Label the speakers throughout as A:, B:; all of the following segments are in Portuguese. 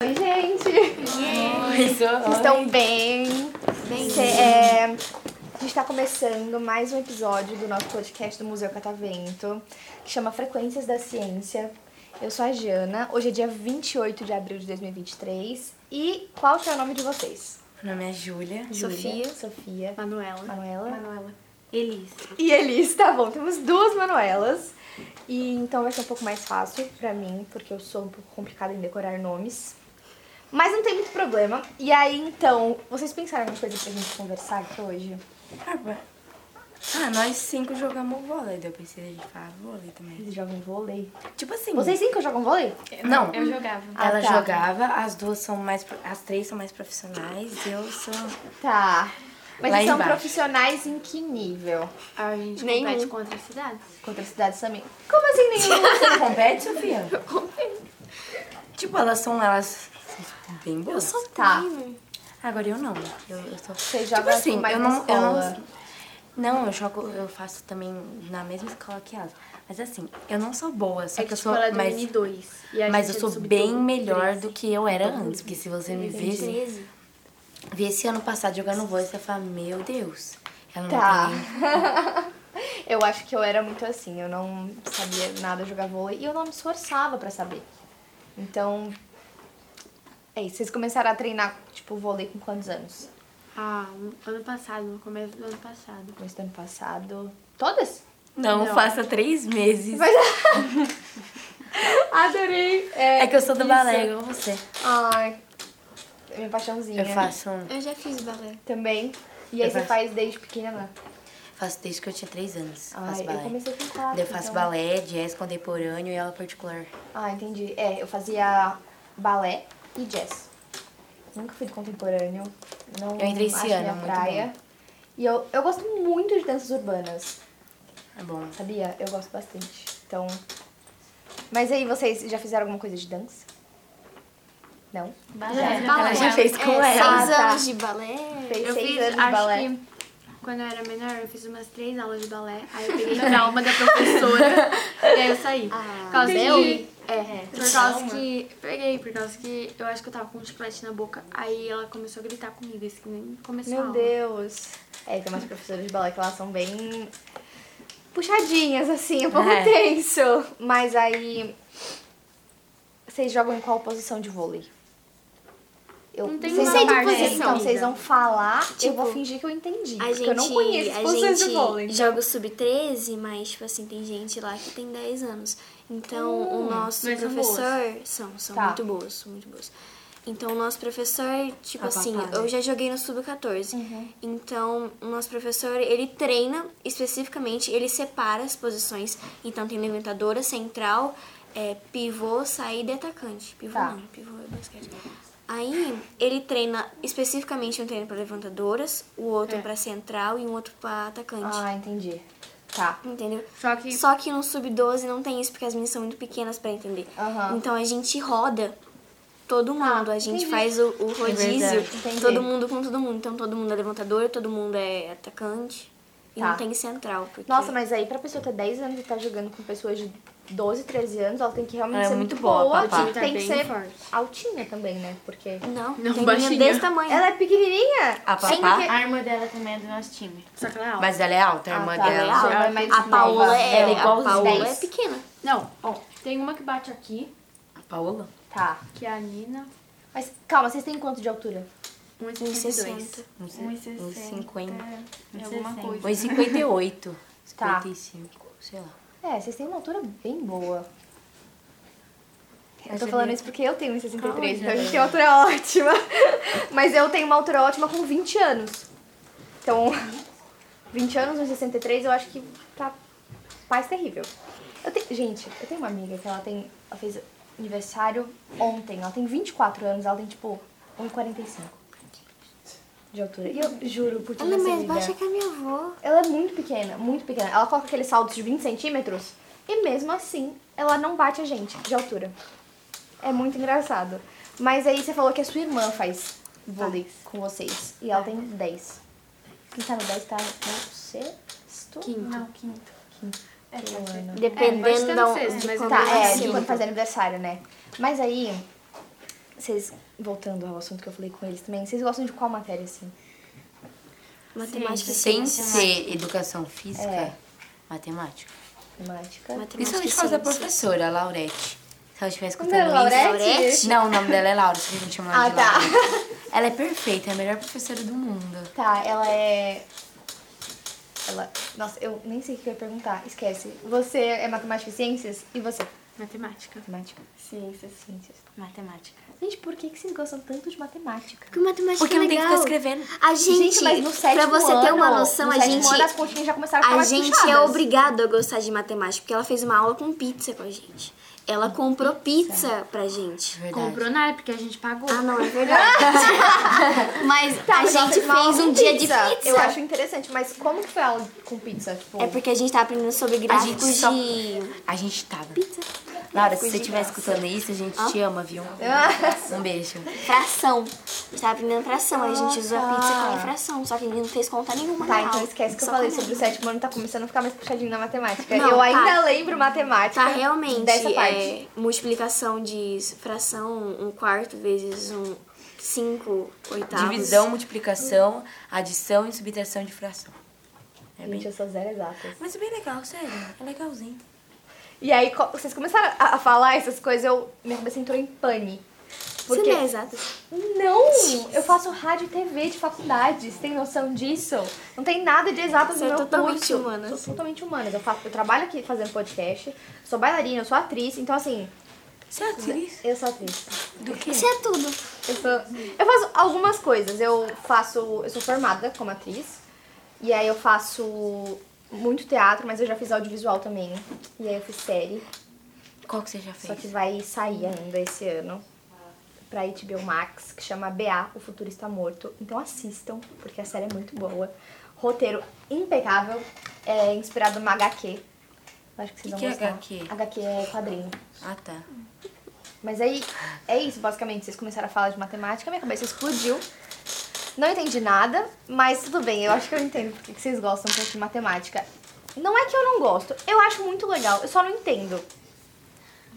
A: Oi, gente! Vocês estão bem? Bem, é, A gente tá começando mais um episódio do nosso podcast do Museu Catavento, que chama Frequências da Ciência. Eu sou a Jana, hoje é dia 28 de abril de 2023. E qual que é o nome de vocês?
B: Meu nome é Júlia.
C: Sofia.
A: Sofia,
C: Manuela.
A: Manuela
C: Manuela. Elis.
A: e Elis, tá bom. Temos duas Manuelas. E então vai ser um pouco mais fácil pra mim, porque eu sou um pouco complicada em decorar nomes. Mas não tem muito problema. E aí, então, vocês pensaram em alguma coisa pra gente conversar aqui hoje?
B: Bárbara. Ah, nós cinco jogamos vôlei. daí Eu pensei da gente falar vôlei também.
A: Vocês jogam vôlei?
B: Tipo assim.
A: Vocês cinco jogam vôlei?
B: Não.
C: Eu jogava.
A: Ah,
B: Ela
A: tá.
B: jogava, as duas são mais. pro- As três são mais profissionais. Eu sou.
A: Tá. Mas
B: Lá
A: vocês são
B: embaixo.
A: profissionais em que nível?
C: A gente
D: Nenhum.
C: compete contra as cidades.
A: Contra as cidades também. Como assim nenhum?
B: Você compete, Sofia? Tipo, elas são. Elas. Bem boas.
A: tá.
B: Agora eu não. Eu, eu sou.
A: Vocês
B: Tipo
A: jogam assim,
B: assim,
A: mais
B: eu
A: na
B: não, eu
A: escola.
B: não. Não, eu jogo, eu faço também na mesma escola que elas. Mas assim, eu não sou boa, só
C: É
B: que eu
C: que
B: sou
C: tipo, ela é do
B: mais.
C: mini 2. E a
B: Mas
C: gente
B: eu
C: é
B: sou
C: do sub
B: bem
C: 13.
B: melhor do que eu era antes. Porque se você me visse, vi esse ano passado jogando vôlei, você fala, meu Deus. Ela não
A: Tá.
B: tem nem-
A: Uhum. eu acho que eu era muito assim, eu não sabia nada jogar vôlei e eu não me esforçava pra saber. Então, é isso. Vocês começaram a treinar, tipo, vôlei com quantos anos?
C: Ah, um- ano passado, no começo do ano passado.
A: Começo do ano passado. Todas?
B: Não,
C: Não.
B: faça três meses.
A: Adorei!
B: É que eu sou do balé, igual você.
A: Ai, é minha paixãozinha.
B: Eu faço, um-
D: Eu já fiz balé.
A: Também. E aí
B: Eu
A: você
B: faço.
A: faz desde pequena? né?
B: faço desde que eu tinha três anos.
A: Ai,
B: faço balé.
A: eu comecei com quatro.
B: Daí eu faço
A: então.
B: balé, jazz contemporâneo e aula particular.
A: Ah, entendi. É, eu fazia balé e jazz. Nunca fui do contemporâneo. Não
B: Eu entrei esse
A: acho
B: ano,
A: minha
B: muito
A: praia. E eu, eu gosto muito de danças urbanas,
B: É bom.
A: sabia? Eu gosto bastante. Então. Mas aí, vocês já fizeram alguma coisa de dança? Não?
C: Balé.
B: Ela já fez com
D: É,
B: ela.
D: seis
A: Ah, tá.
D: anos de balé.
A: Fez
C: Eu
A: seis
C: fiz,
A: anos de
C: acho
A: balé.
C: que quando eu era menor, eu fiz umas três aulas de balé. Aí eu peguei trauma da professora. e aí eu saí.
D: Ah,
C: por causa
D: deu?
C: de... É, por causa que... Peguei, por causa que eu acho que eu tava com um chiclete na boca. Aí ela começou a gritar comigo, isso que nem começou a
A: Meu
C: aula.
A: Deus. É, tem umas professoras de balé que elas são bem puxadinhas, assim, um pouco
B: É.
A: tenso. Mas aí. Vocês jogam em qual posição de vôlei? Eu,
C: Não tem
A: vocês
C: uma
A: têm
C: parte, né,
A: posição,
C: amiga?
A: vocês vão falar, eu
D: Tipo,
A: vou fingir que eu entendi.
D: A
A: porque
D: gente,
A: eu não conheço então.
D: a
A: posições
D: gente
A: de vôlei.
D: joga o sub-13, mas, tipo assim, tem gente lá que tem 10 anos. Então,
A: Hum,
D: o nosso
C: mas são
D: professor... São, são
A: é Tá.
D: muito boas, são muito boas. Então, o nosso professor, tipo
A: Tá
B: A
D: assim,
B: papada.
D: eu já joguei no sub-14.
A: Uhum.
D: Então, o nosso professor, ele treina especificamente, ele separa as posições. Então, tem levantadora, central, é, pivô, saída e atacante. Pivô
A: Tá.
D: não, pivô é basquete. Aí, ele treina especificamente um treino para levantadoras, o outro
C: É.
D: pra central e um outro pra atacante.
A: Ah, entendi. Tá.
D: Entendeu?
C: Só que...
D: Só que no sub-12 não tem isso, porque as meninas são muito pequenas pra entender.
A: Aham.
D: Então a gente roda todo mundo, a gente faz o, o rodízio,
B: verdade.
A: Entendi.
D: todo mundo com todo mundo. Então todo mundo é levantador, todo mundo é atacante. E
A: Tá.
D: não tem central, porque...
A: Nossa, mas aí pra pessoa ter 10 anos e tá jogando com pessoas de 12, 13 anos, ela tem que realmente
B: Ela é
A: ser
B: muito
A: muito,
B: boa,
A: boa.
B: papá.
A: tipo,
C: Tá
A: tem que
C: bem
A: ser
C: forte.
A: altinha também, né? Porque.
D: Não,
C: Não,
D: tem menina
C: baixinha.
D: desse tamanho.
A: Ela é pequenininha?
B: A
A: Sim,
B: papá?
A: porque-
E: A irmã dela também é do nosso time.
C: Só que ela é alta.
B: Mas ela é alta, a
A: Ah,
B: irmã
A: tá.
B: dela.
A: Ela
C: Ela
A: é
C: é
A: mais
D: A
A: nova.
D: Paola é,
B: Ela é
D: a
B: igualzinha.
D: Paola é
A: Dez.
D: pequena.
C: Não, ó, tem uma que bate aqui,
B: Paola?
A: Tá.
C: que é a Nina.
A: Mas calma, vocês têm quanto de altura?
C: 1,62.
D: 1,60.
B: Uns
E: 1,50.
B: uns 50.
E: É alguma coisa.
B: 1,58.
A: Tá.
B: 55, sei lá.
A: É, vocês têm uma altura bem boa. Eu
B: Mas
A: tô
B: eu
A: falando
B: vi-
A: isso porque eu tenho 1,63, então a gente
B: Olha.
A: tem uma altura ótima. Mas eu tenho uma altura ótima com 20 anos. Então, 20 anos, 1,63, eu acho que tá mais terrível. Eu te- Gente, eu tenho uma amiga que ela tem. Ela fez aniversário ontem. Ela tem 24 anos, ela tem tipo 1,45 de altura. E eu juro, por tudo
D: Ela é
A: nessa
D: mais
A: vida.
D: baixa que a minha avó.
A: Ela é muito pequena, muito pequena. Ela coloca aqueles saltos de 20 centímetros e mesmo assim ela não bate a gente de altura. É muito engraçado. Mas aí você falou que a sua irmã faz vôlei com vocês. E ela tem 10. Quem tá no 10 tá no sexto?
C: Quinto.
E: Não, quinto. É, pode ser.
C: pode
D: Dependendo
C: ter
D: da
C: no
D: on-
C: sexto, mas
D: quando
C: eu
A: Tá,
C: vou
A: é,
C: assim.
A: de quando faz aniversário, né? Mas aí, vocês, voltando ao assunto que eu falei com eles também, vocês gostam de qual matéria, assim?
D: Matemática.
B: Sem ser educação física,
A: É.
B: matemática.
A: Matemática?
D: é
B: Principalmente por causa da
D: ciência.
B: professora, Laurete. Se ela estiver escutando
A: Não,
B: isso...
A: é Laurete?
B: Não, o nome dela é Laura, por isso que a gente chama ela
A: Ah,
B: de
A: tá.
B: Laurete. Ela é perfeita, é a melhor professora do mundo.
A: Tá, ela é... Ela... Nossa, eu nem sei o que eu ia perguntar. Esquece. Você é matemática e ciências? E você?
C: Matemática.
A: Matemática.
E: Ciências.
A: Ciências.
E: Matemática.
A: Gente, por que, que vocês gostam tanto de matemática?
D: Porque matemática
B: Porque
D: é
B: não tem que
D: legal.
B: ficar escrevendo.
D: A gente,
A: mas no
D: pra
A: sétimo
D: você ter uma
A: ano,
D: noção,
A: no
D: a
A: sétimo
D: gente,
A: ano as continhas já começaram a ficar
D: a
A: mais
D: gente é
A: puxadas.
D: obrigado a gostar de matemática, porque ela fez uma aula com pizza com a gente. Ela comprou pizza pra gente.
B: Verdade.
C: Comprou nada, porque a gente pagou.
D: Ah, não, é verdade. mas a
A: Tá, mas ela
D: gente
A: uma aula
D: fez um
A: com
D: dia de pizza.
A: Eu acho interessante, mas como que foi a aula com pizza? Tipo,
D: É porque a gente tá aprendendo sobre
B: A gente
D: gráficos
B: só-
D: de...
B: A gente tava. Laura, se você estiver escutando isso, a gente te ama, viu?
A: Ah.
B: Um beijo.
D: fração. A gente tava aprendendo fração, aí a gente usou a pizza como fração, só que a gente não fez conta nenhuma
A: Tá,
D: na
A: então
D: aula,
A: esquece que eu
D: só
A: falei
D: conta.
A: sobre o sétimo ano, tá começando a ficar mais puxadinho na matemática.
D: Não,
A: eu
D: tá.
A: ainda lembro matemática.
D: Tá, realmente,
A: Dessa
D: é,
A: parte.
D: multiplicação de fração, um quarto vezes um cinco
A: Tá.
D: oitavos.
B: Divisão, multiplicação, adição e subtração de fração. É
A: Gente,
B: bem...
A: eu sou zero exatas.
B: Mas é bem legal, sério. É legalzinho.
A: E aí, co- vocês começaram a a falar essas coisas, eu, minha cabeça entrou em pane.
D: Você
A: Porque...
D: não é exato.
A: Não! Eu faço rádio e TV de faculdade, você tem noção disso? Não tem nada de exato no
D: Você é
A: meu
D: totalmente
A: curso.
D: humanas.
A: Sou totalmente humanas. Eu, faço, eu trabalho aqui fazendo podcast, sou bailarina, eu sou atriz, então assim,
B: Você é atriz?
A: eu sou atriz.
B: Do quê?
D: Isso é tudo.
A: Eu, sou- eu faço algumas coisas. Eu faço. Eu sou formada como atriz. E aí eu faço muito teatro, mas eu já fiz audiovisual também. E aí eu fiz série. é
B: Qual que você já
A: Só que
B: fez?
A: vai sair ainda esse ano pra HBO Max, que chama BA, O Futuro Está Morto. Então assistam, porque a série é muito boa. Roteiro impecável, é inspirado numa HQ. Eu acho que vocês
B: Que
A: vão
B: que é
A: gostar.
B: HQ?
A: HQ é quadrinho.
B: Ah, tá.
A: Mas aí, é isso, basicamente. Vocês começaram a falar de matemática, minha cabeça explodiu. Não entendi nada, mas tudo bem, eu acho que eu entendo porque que vocês gostam um pouco de matemática. Não é que eu não gosto, eu acho muito legal, eu só não entendo.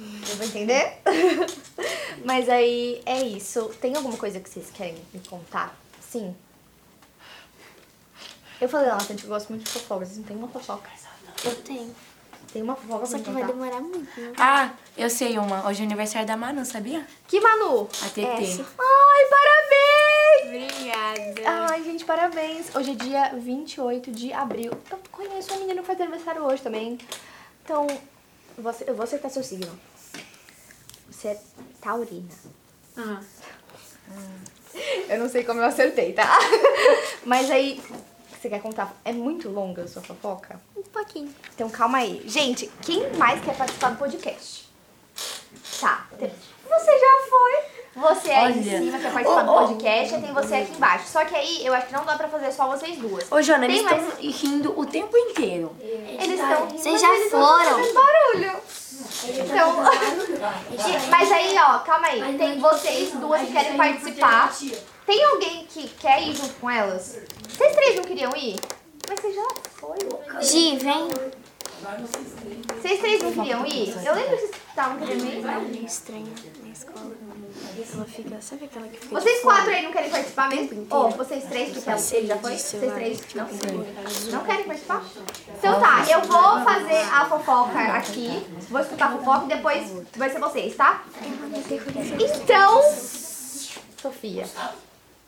A: Eu vou entender? mas aí, é isso. Tem alguma coisa que vocês querem me contar? Sim? Eu falei lá na frente que eu gosto muito de fofoca, vocês não tem uma fofoca.
D: Eu tenho.
A: Tem uma fofoca pra
D: Só
A: me
D: que vai
A: contar?
D: demorar muito. né?
B: Ah, eu sei uma. Hoje é aniversário da Manu, sabia?
A: Que Manu!
B: A
D: Essa.
B: TT.
A: Ai, parabéns!
C: Obrigada.
A: Ai, gente, parabéns. Hoje é dia 28 de abril. Eu conheço uma menina que faz aniversário hoje também. Então, você, eu vou acertar seu signo. Você é taurina.
C: Aham.
A: Eu não sei como eu acertei, tá? Mas aí, você quer contar? É muito longa a sua fofoca?
D: Um pouquinho.
A: Então, calma aí. Gente, quem mais quer participar do podcast? Tá. tem- Você já foi. Você aí em
B: Olha.
A: cima quer participar do podcast, e tem você aqui embaixo. Só que aí, eu acho que não dá pra fazer só vocês duas.
B: Ô, Jana,
A: Tem
B: eles
A: mais-
B: estão rindo o tempo inteiro.
A: Eles estão rindo. mas
D: Vocês já
A: eles não
D: foram.
A: fazem barulho. Então. Gente, mas aí, ó, calma aí. Tem vocês duas que querem participar. Tem alguém que quer ir junto com elas? Vocês três não queriam ir? Mas vocês já foram.
D: Gi, vem.
A: Vocês três não queriam ir? Eu lembro que vocês estavam querendo ir,
D: é
A: não?
D: Estranha né, na escola. Ela fica... Sabe aquela que fica...
A: Vocês quatro aí não querem participar mesmo? Ó, vocês três que querem. Já foi? Vocês três que não? Não querem participar? Então tá, eu vou fazer a fofoca aqui. Vou escutar a fofoca e depois vai ser vocês, tá? Então, Sofia,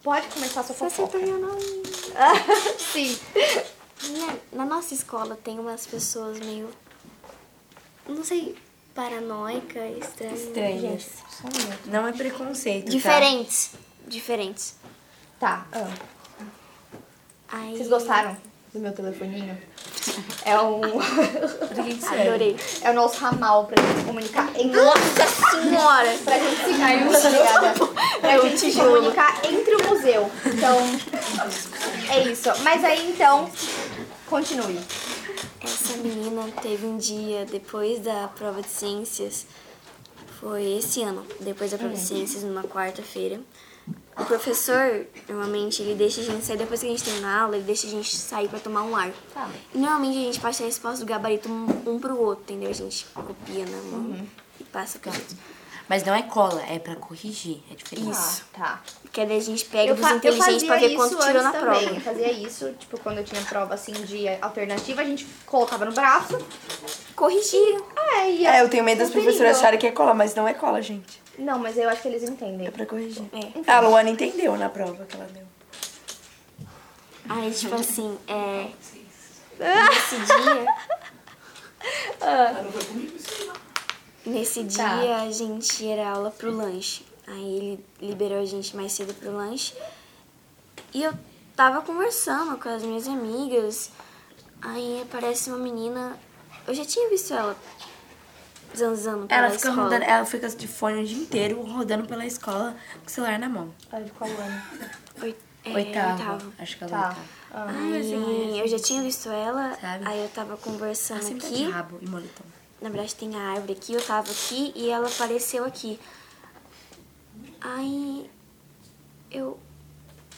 A: pode começar a sua
D: Só acertou
A: fofoca.
D: meu nome.
A: Sim.
D: Minha- na nossa escola tem umas pessoas meio. Não sei, paranoica, estranha.
B: Estranhas. Não é preconceito, tá?
D: Diferentes. Diferentes.
A: Tá, ah,
D: Aí,
A: vocês gostaram do meu telefoninho? É um...
B: Por que que serve?
D: Adorei.
A: É o nosso ramal pra gente se comunicar entre Nossa senhora! Pra gente se comunicar. Pra gente se comunicar entre o museu. Então, é isso. Mas aí então, continue.
D: Essa menina teve um dia depois da prova de
A: É.
D: ciências. Foi esse ano, depois da prova de ciências, numa quarta-feira. O professor, normalmente, ele deixa a gente sair depois que a gente termina a aula, ele deixa a gente sair pra tomar um ar.
B: Tá.
D: E normalmente a gente passa a resposta do gabarito um, um pro outro, entendeu? A gente copia na mão
A: Uhum.
D: e passa pro outro.
B: Mas não é cola, é pra corrigir. É diferente.
D: Isso.
A: Tá.
D: Porque daí a gente pega
A: Eu,
D: dos
A: fa- eu
D: inteligentes
A: fazia
D: pra ver
A: isso
D: quanto tirou
A: antes
D: na
A: também.
D: prova.
A: Eu fazia isso, tipo, quando eu tinha prova assim de alternativa, a gente colocava no braço.
D: Corrigir.
A: É, e
F: É, eu tenho
B: tá
F: medo das
A: conferindo.
F: professoras acharem que é cola, mas não é cola, gente.
A: Não, mas eu acho que eles entendem.
F: É pra corrigir.
D: É.
F: A Luana entendeu na prova que ela deu.
D: Aí, tipo assim, é...
B: Ah,
D: Nesse dia... Ah. Nesse
B: Tá.
D: dia a gente era aula pro lanche. Aí ele liberou a gente mais cedo pro lanche. E eu tava conversando com as minhas amigas. Aí aparece uma menina. Eu já tinha visto ela zanzando pela
B: Ela fica
D: escola.
B: rodando, ela fica de fone o dia inteiro rodando pela escola com o celular na mão.
A: Ai, de qual ano?
D: Oi- é,
B: Oitava.
D: oitavo.
B: Acho que ela é
A: Tá.
B: oitava.
D: Aí eu já tinha visto ela.
B: Sabe?
D: Aí eu tava conversando
B: Sempre tá
D: aqui.
B: de rabo e moletom.
D: Na verdade tem a árvore aqui, eu tava aqui e ela apareceu aqui. Aí eu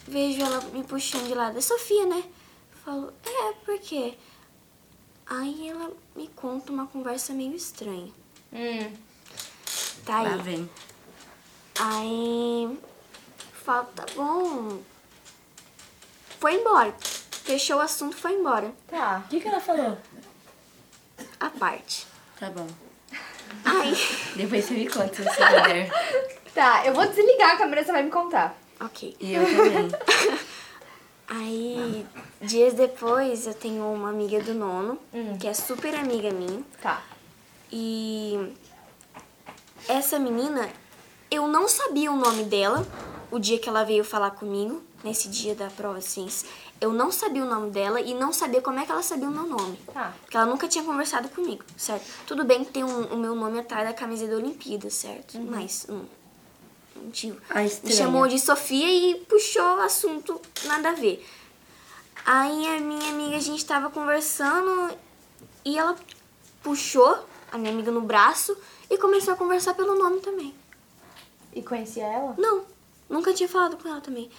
D: vejo ela me puxando de lado. É Sofia, né? Eu falo, é, por quê? Aí ela me conta uma conversa meio estranha.
A: Hum.
D: Tá
B: Lá
D: aí.
B: vem.
D: Aí eu falo, tá bom. Foi embora. Fechou o assunto, foi embora.
A: Tá.
B: O que, que ela falou?
D: A parte.
B: Tá bom.
D: Aí.
B: Depois você me conta se você puder.
A: Tá, eu vou desligar a câmera, você vai me contar.
D: ok.
B: E eu também.
D: Aí, dias depois, eu tenho uma amiga do nono,
A: Hum.
D: que é super amiga minha.
A: Tá.
D: E essa menina, eu não sabia o nome dela o dia que ela veio falar comigo, nesse dia da prova de ciência. Eu não sabia o nome dela e não sabia como é que ela sabia o meu nome.
A: Tá.
D: Porque ela nunca tinha conversado comigo, certo? Tudo bem que tem um- o meu nome atrás da camisa da Olimpíada, certo? Mas um motivo.
B: A
D: Me
B: estranha.
D: chamou de Sofia e puxou o assunto nada a ver. Aí a minha amiga, a gente tava conversando e ela puxou a minha amiga no braço e começou a conversar pelo nome também.
A: E conhecia ela?
D: Não, nunca tinha falado com ela também.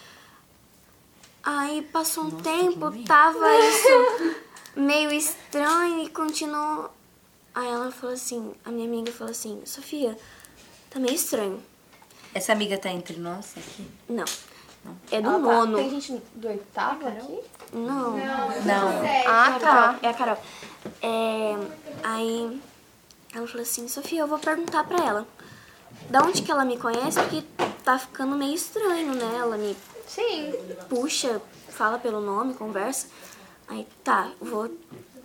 D: Aí passou um tempo, tava isso meio estranho e continuou. Aí ela falou assim, a minha amiga falou assim, Sofia, tá meio estranho.
B: Essa amiga tá entre nós aqui?
D: Não. É do
A: Ela tá-
D: nono.
A: Tem gente do oitavo aqui?
D: Não.
B: Não.
D: Ah, tá. É a Carol. É, aí ela falou assim, Sofia, eu vou perguntar pra ela. Da onde que ela me conhece? Porque tá ficando meio estranho, né? Ela me
A: Sim.
D: puxa, fala pelo nome, conversa. Aí, tá, vou,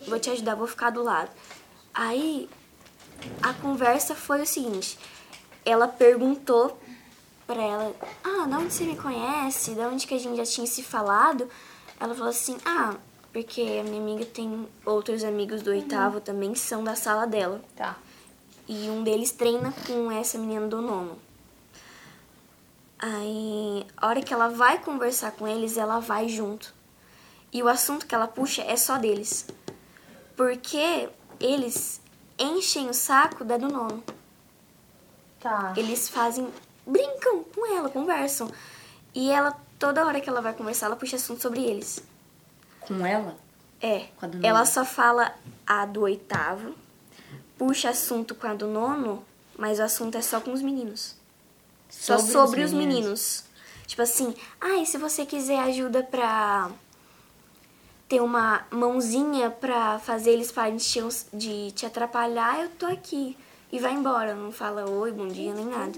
D: vou te ajudar, vou ficar do lado. Aí, a conversa foi o seguinte. Ela perguntou pra ela, ah, de onde você me conhece? De onde que a gente já tinha se falado? Ela falou assim, ah, porque a minha amiga tem outros amigos do oitavo também que são da sala dela.
A: Tá.
D: E um deles treina com essa menina do nono. Aí, a hora que ela vai conversar com eles, ela vai junto. E o assunto que ela puxa é só deles. Porque eles enchem o saco da do nono.
A: Tá.
D: Eles fazem. brincam com ela, conversam. E ela, toda hora que ela vai conversar, ela puxa assunto sobre eles.
B: Com ela?
D: É.
B: Com a do nono.
D: Ela só fala a do oitavo, puxa assunto com a do nono, mas o assunto é só com os meninos. Só sobre, os meninos. Tipo assim, ai, se você quiser ajuda pra ter uma mãozinha pra fazer eles pararem de te, de te atrapalhar, eu tô aqui. E vai embora, não fala oi, bom dia, nem nada.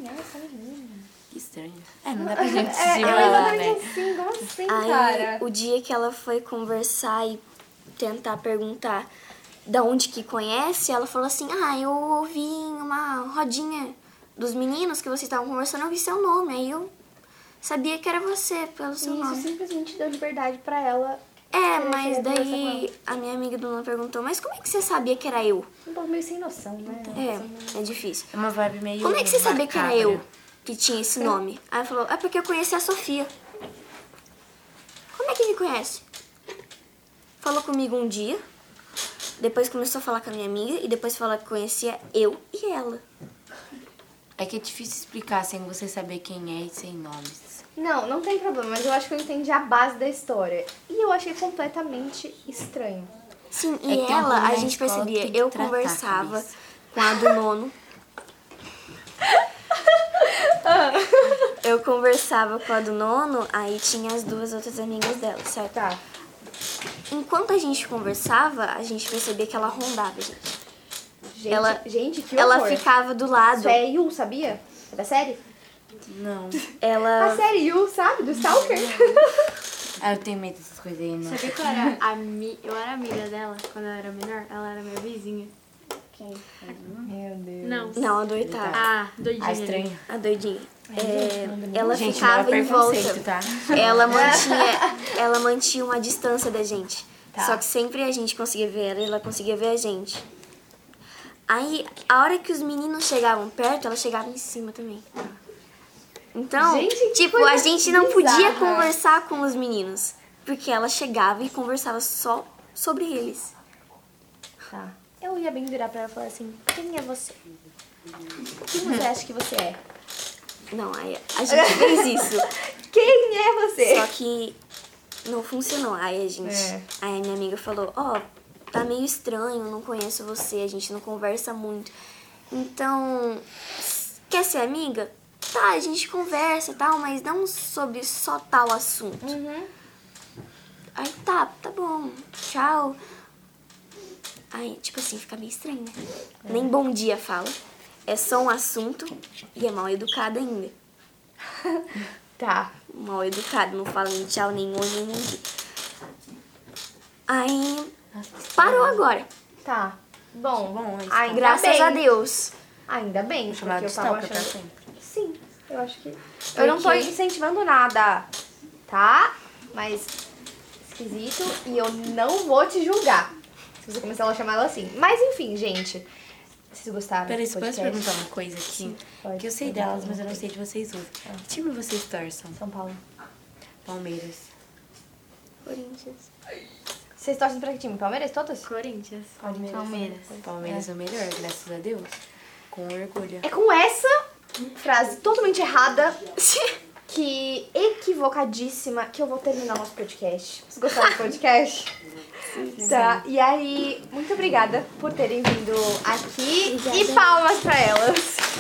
B: Que estranho. É, não dá pra gente
A: É,
B: se
A: ela é
B: falar,
A: exatamente
B: né?
A: assim, igual assim,
D: Aí,
A: cara.
D: o dia que ela foi conversar e tentar perguntar da onde que conhece, ela falou assim: Ah, eu ouvi em uma rodinha dos meninos que vocês estavam conversando, eu vi seu nome. Aí eu sabia que era você pelo seu
A: Isso
D: nome.
A: simplesmente deu liberdade pra ela.
D: É,
A: Eu
D: mas
A: queria conversar
D: daí a minha amiga do Lula perguntou: Mas como é que você sabia que era eu?
A: Um pouco meio sem noção, né?
D: É, é difícil.
B: É uma vibe meio.
D: Como é que você sabia que era
B: macabra.
D: eu que tinha esse nome? Aí ela falou, é porque eu conheci a Sofia. Como é que me conhece? Falou comigo um dia, depois começou a falar com a minha amiga e depois falou que conhecia eu e ela.
B: É que é difícil explicar sem você saber quem é e sem nomes.
A: Não, não tem problema, mas eu acho que eu entendi a base da história. E eu achei completamente estranho.
D: Sim,
B: É
D: e
B: que tem um
D: ela,
B: problema
D: a
B: na
D: gente
B: escola que tem
D: percebia,
B: que
D: eu
B: tratar com
D: conversava
B: isso.
D: com a do nono. eu conversava com a do nono, aí tinha as duas outras amigas dela, certo?
A: Tá.
D: Enquanto a gente conversava, a gente percebia que ela rondava, a gente.
A: Gente,
D: Ela-
A: gente que
D: ela
A: horror.
D: ficava do lado.
A: Isso é Yu, sabia? É da série?
B: Não.
A: A
D: Ela.
A: série Yu, sabe? Do Stalker.
B: Ah, eu tenho medo dessas coisas aí, né? não.
C: Sabia que eu era, ami... eu era amiga dela quando eu era menor? Ela era minha vizinha.
A: Meu Deus.
C: Não.
D: Não, a do oitavo.
A: Tá.
C: Ah, doidinha.
B: Ah, estranho.
D: A doidinha. É, ela
B: Gente, não é
D: ficava em volta.
B: preconceito, tá?
D: Ela mantinha, ela mantinha uma distância da gente.
A: Tá.
D: Só que sempre a gente conseguia ver ela e ela conseguia ver a gente. Aí, a hora que os meninos chegavam perto, ela chegava em cima também. Então,
A: Gente, que
D: tipo,
A: coisa
D: a gente não podia
A: bizarra.
D: conversar com os meninos. Porque ela chegava e conversava só sobre eles.
A: Tá. Eu ia bem virar pra ela e falar assim, quem é você? Quem você acha que você é?
D: Não, aí a gente fez isso.
A: Quem é você?
D: Só que não funcionou. Aí a gente.
A: É.
D: Aí a minha amiga falou: Ó, tá meio estranho, não conheço você, a gente não conversa muito. Então, s- quer ser amiga? Tá, a gente conversa e tal, mas não sobre só tal assunto.
A: Uhum.
D: Aí tá, tá bom, tchau. Aí, tipo assim, fica meio estranho, né? Nem bom dia fala. É só um assunto e é mal educada ainda
A: Tá.
D: mal educado, não fala nem tchau, nem oi, nem ninguém. Aí parou agora,
A: Tá. Bom,
B: Bom, isso
A: ainda
D: graças
A: bem.
D: a Deus.
A: Ainda bem, porque
B: Chamado
A: eu
B: de
A: tava
B: stalker pra
A: achando...
B: sempre.
A: Sim, eu acho que... Eu não tô
D: Porque-
A: incentivando nada, tá? Mas esquisito e eu não vou te julgar. Se você começar a chamar ela assim. Mas enfim, gente. Vocês gostaram
B: Peraí,
A: do
B: você pode
A: podcast?
B: perguntar uma coisa aqui?
A: pode.
B: Que eu sei delas, mas eu não sei de vocês hoje.
D: Ah.
B: Que time vocês torçam?
A: São Paulo.
B: Palmeiras.
D: Corinthians.
A: Vocês torcem pra que time? Palmeiras todas?
C: Corinthians.
A: Palmeiras.
B: Palmeiras. né? Palmeiras é o melhor, graças a Deus. Com orgulho.
A: É com essa frase totalmente errada, que equivocadíssima, que eu vou terminar o nosso podcast. Vocês gostaram do podcast? Tá. E aí, muito obrigada por terem vindo aqui. E palmas pra elas.